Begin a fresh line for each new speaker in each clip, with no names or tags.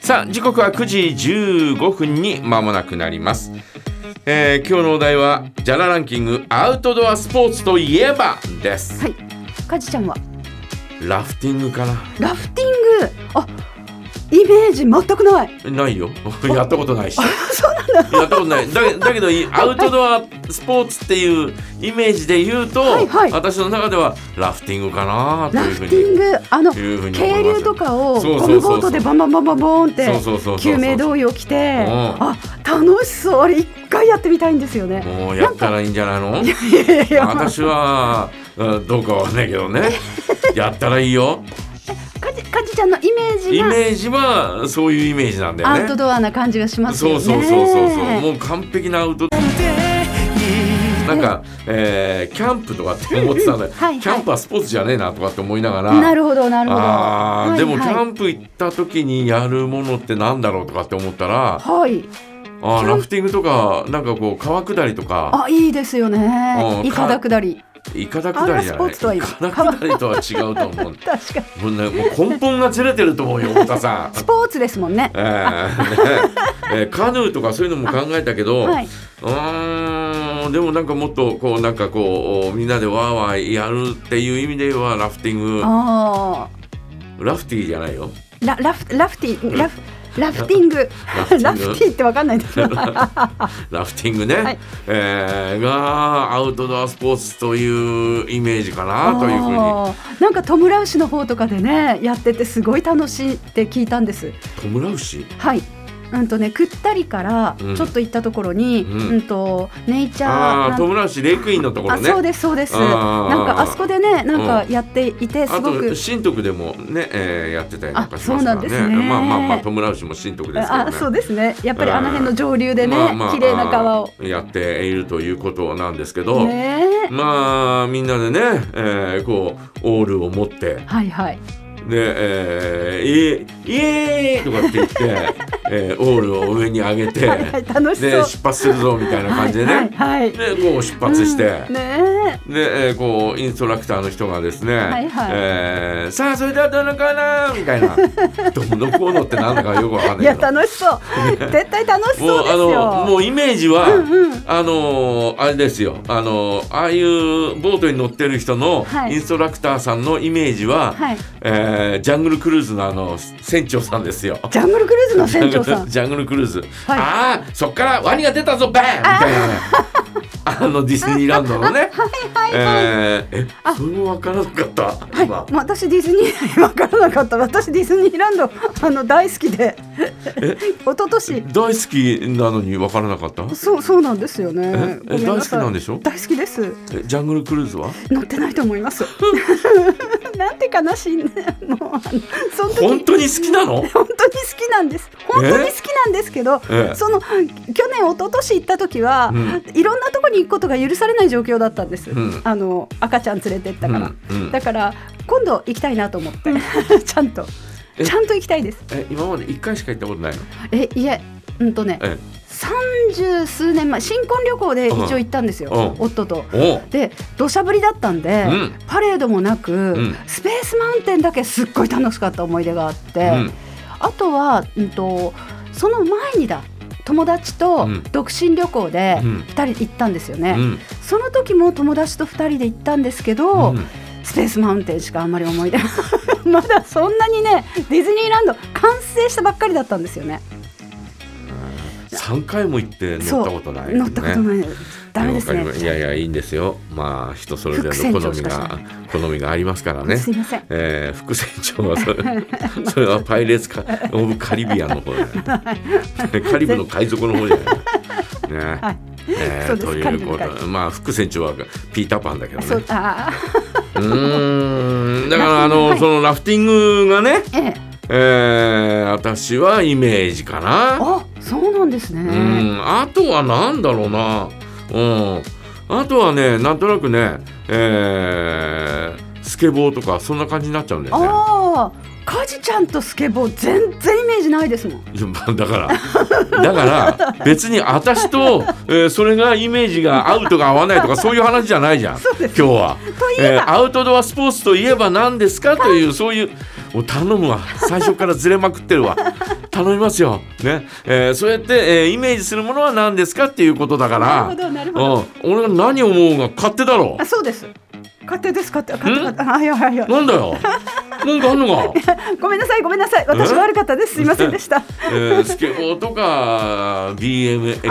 さあ時刻は9時15分に間もなくなります、えー今日のお題はジャラランキングアウトドアスポーツといえばです、
はいかじちゃんは
ラフティングかな
ラフティングあイメージ全くない
ないよ やったことないしやったことないだけだけどいアウトドアスポーツっていうイメージで言うと、
はいはい
私の中ではラフティングかなと
ラ
いう
フ
ふう
テ
に
ィングあの
いうふうに思い
渓
ます
流とかを
そうそう
ゴ
そう
ム
そう
ボートでバンバンバンバンバンって
そうそうそうそう
救命胴衣を着て
うん
あ楽しそうあれ一回やってみたいんですよね
もうやったらいいんじゃないの
いやいやいや
私はうんどうかわかんないけど ねやったらいいよ
かじかじちゃんのイメージ
イ
が
メージはそういうイメージなんだよ
ア
ね
ウトドアな感じがしますよ
そう
ね
そうそうそうそう、もう完璧なアウトなんか、えーキャンプとかって思ってたんだよ、
はいはい
キャンプはスポーツじゃねえなとかって思いながら
なるほどなるほど
あー
はい
でもキ
はい
ャンプ行った時にやるものってなんだろうとかって思ったら
はい
あ
キャ
ー
ン
ラフティングとかなんかこう川下りとか
あいいですよね
うん
いかだ下り
イカダ下りじゃ
あれはスポ
ない
ーツとは言う
イカダ下りとは違うと思う
確かに
もうね、もう根本がずれてると思うよ、太田さん。
スポーツですもんね
えー ねえーカヌーとかそういうのも考えたけど、
はいう
ーんでもなんかもっとこうなんかこうみんなでワーワーやるっていう意味ではラフティン
あ
グラフティーじゃないよ
ーララフラフティラフラフティング
ティング
ラフティってわかんないです よ
ラフティングね、
はい
えーがアウトドアスポーツというイメージかなというふうに
あーなんかトムラウシの方とかでねやっててすごい楽しいって聞いたんです
トムラウシ
はいうんとねくったりから
うん
ちょっと行ったところに、う
うん
ん、とネイチャー
あ
な
あ
ん
トムラウシレイクインのところ
あ
ね
そうですそうです
あー
なんかあそこでねなんかやっていてす
あ
ごく
と新徳でもね、えーやってたりなんかします
あそ
か
うなん
らね
ですね
まあまあまあトムラウシも新徳ですけどね
あそうですねやっぱり
うん
あの辺の上流でね、綺麗な川を
あーやっているということなんですけど、
ねえ
まあみんなでね、えーこうオールを持って
はいはい
で、えー、イエーイイエーイとかって言っ て、えーオールを上に上げて
はいはい 楽しそう
で出発するぞみたいな感じでね、
はいはい、はい
でこう出発して。
うんね
で、えーこうインストラクターの人がですね、
いはい
えーさあそれではどうのかなみたいな どうのこうのってなんだかよくわかん
えい
な
や
いけど
楽しそう絶対楽しそう
もう
です
あ
よ
のもうイメージは、
うんうん
あのーあれですよあのーああいうボートに乗ってる人の
はい
インストラクターさんのイメージは、
はい
えージャングルクルーズのあの船長さんですよ。
ジャングルクルーズの船 長さん
ジャングルクルーズ、
はい
ああそっからワニが出たぞバーンみたいなねあのディズニーランドのね
はいはいはい、
えー、えそれも分からなかった、
はい、
今
もう私ディズニー わからなかった私ディズニーランドあの大好きで 一昨年
大好きなのに分からなかった
そうそうなんですよね
ええ
ごめん
大好き
さい
なんでしょ
大好きです
えジャングルクルーズは
乗ってないと思 います なんて悲しいねもうあのその時
本当に好きなの
本当に好きなんです本当に好きなんですけど、
ええ
その去年一昨年行った時は、
うん
いろんなとこに行くことが許されない状況だったんです、
うん
あの赤ちゃん連れてったから、
うんうん
だから今度行きたいなと思って、 ちゃんと
え
ちゃんと行きたいです
え今まで一回しか行ったことないの
えいえうんとね
え
三十数年前新婚旅行で一応行ったんですよ、
うん
夫と。
おう
で土砂降りだったんで、
うん
パレードもなく、
ん
スペースマウンテンだけすっごい楽しかった思い出があって、
うん
あとは、うん、とその前にだ友達と
うん
独身旅行で
うん
2人で行ったんですよね、
うん
その時も友達と2人で行ったんですけど、スペースマウンテンしかあんまり思い出が まだそんなにねディズニーランド完成したばっかりだったんですよね
三回も行って乗ったことない、ね、
乗ったことない、ダメです
わかりま
ね
いやいやいいんですよまあ人それぞれ
副船
の好
長
み
しかしな
が好みがありますからね
すいません
えー、副船長はそ れそれはパイレーツカオブカリビアンの方じゃ ないカリブの海賊の方じゃないね、
はい
え
そ
ー
うです
と
カリ
い
ブ
うこ
の海賊
とまあ副船長はピーターパンだけどね
そうあ
うーんだからあの、
はい
そのラフティングがね、
ーえ
え
え
ー、私はイメージかな
あそうなんですね、
うん、あとはなんだろうな。うん。あとはね、なんとなくね、えー、スケボーとか、そんな感じになっちゃうんだよね。
ああカジちゃんとスケボー全然イメージないですもん
いやまあだから、だから、別に私と、えーそれがイメージが合うとか合わないとか、そういう話じゃないじゃん。今日は。
といえば
えーアウトドアスポーツといえば何ですかという、そういう、もう頼むわ最初からずれまくってるわ頼みますよ、ねえーそうやって、えーイメージするものは何ですかっていうことだか
な
ら
るほどなるほど
うん、俺が何を思うが勝手だろ
あそうです勝手です勝手勝手勝手あいやいやいや
なんだ よなんかあんのか
ごめんなさいごめんなさい私が悪かったですすいませんでした
えースケボーとか BMX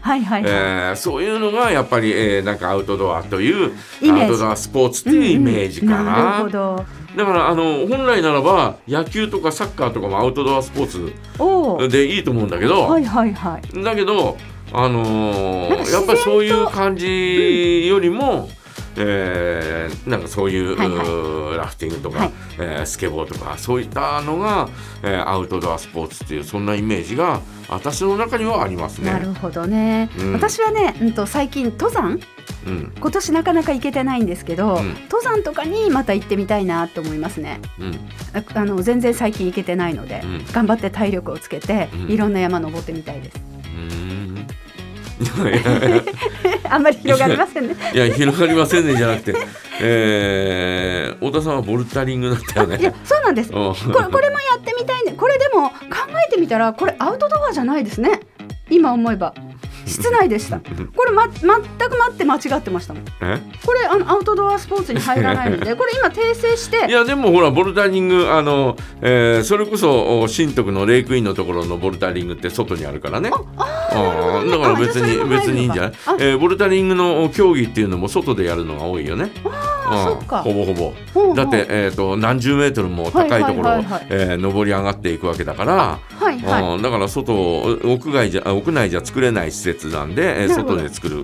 あはいはいはい、
えーそういうのがやっぱり、えーなんかアウトドアという
イメージ
アウトドアスポーツっていうイメージかな,、
るほど
だからあの本来ならば野球とかサッカーとかもアウトドアスポー
お
ツ
お
でいいと思うんだけど、
はいはいはい
だけど、あのー
なんか自
や
然と
っぱりそういう感じよりも、えーなんかそういう、
はいはいう
ーラフティングとか、
はい
えースケボーとかそういったのが、えーアウトドアスポーツっていうそんなイメージが私の中にはありますね。
なるほどね、
うん
私はね、うん、と最近登山
うん
今年なかなか行けてないんですけど、
うん
登山とかにまた行ってみたいなと思いますね
うん
ああの全然最近行けてないので、
うん
頑張って体力をつけて、
うん
いろんな山登ってみたいです
うーん
あんまり広がりま せんね
い や広がりませんねじゃなくて、えー、太田さんはボルタリングだったよ
い や
ね。
そうなんですこ
うん
れこれもやってみたいねこれでも考えてみたらこれアウトドアじゃないですね今思えば室内でしたこれ、ま、全く待って間違ってましたもん
え
これあのアウトドアスポーツに入らないのでこれ今訂正して
いやでもほらボルダリングあの、えーそれこそお新徳のレイクイーンのところのボルダリングって外にあるからね。あーだから別
あじゃあ
に
それも入るのか
別にいいんじゃない
あ、
えーボルダリングの競技っていうのも外でやるのが多いよね。
あ
うん
そっか
ほぼほぼ。
ほうほう
だって、えー、と何十メートルも高いところ
は
を
いはいはいはい
えー登り上がっていくわけだから。
はいはい
うんだから外屋外じゃあ屋内じゃ作れない施設なんで、えー
なるほど
外で作る。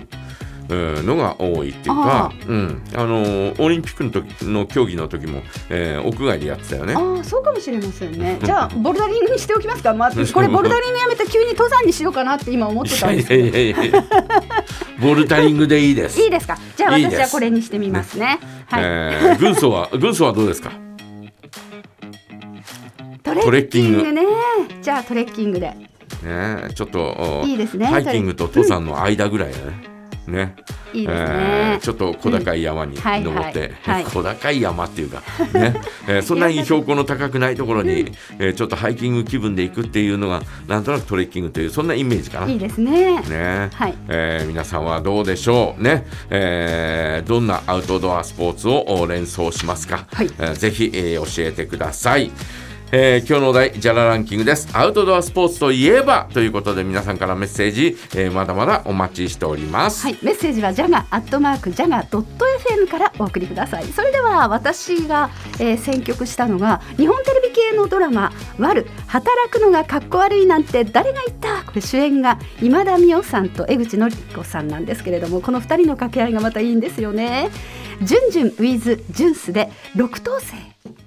うんのが多いっていうか
あ、
うん、あのーオリンピックの時の競技の時も、えー屋外でやってたよね。
ああそうかもしれませんね。じゃあボルダリングにしておきますか。まあ、これボルダリングやめて急に登山にしようかなって今思って
い
た
や
んで
い
す。
やいやいやいやボルタリングでいいです。
いいですか。じゃあ
いいで
私
す
はこれにしてみますね。はい。
えー軍曹は軍曹はどうですか。
トレッキングね。じゃあトレッキングで。
ね、ちょっとお
いいですね
ハイキングと登山の間ぐらいだね。ね。
いいです
えー
ね。
ちょっと小高い山に
うんはいはい
登って、
は い
小高い山っていうか、ね えーそんなに標高の高くないところに、えーちょっとハイキング気分で行くっていうのがなんとなくトレッキングというそんなイメージかな。
いいですね。
ね
はい
えー皆さんはどうでしょうね、えーどんなアウトドアスポーツをお連想しますか、
はい
えーぜひ、えー教えてください、えー今日のお題ジャラランキングですアウトドアスポーツといえばということで皆さんからメッセージ、えーまだまだお待ちしております、
はい、メッセージはジャガアットマークジャガドット FM からお送りください。それでは私が、えー選曲したのが日本テレビ系のドラマ「ワル働くのがかっこ悪いなんて誰が言った?」これ主演が今田美桜さんと江口のり子さんなんですけれどもこの二人の掛け合いがまたいいんですよね。ジュンジュンウィズジュンスで六等星。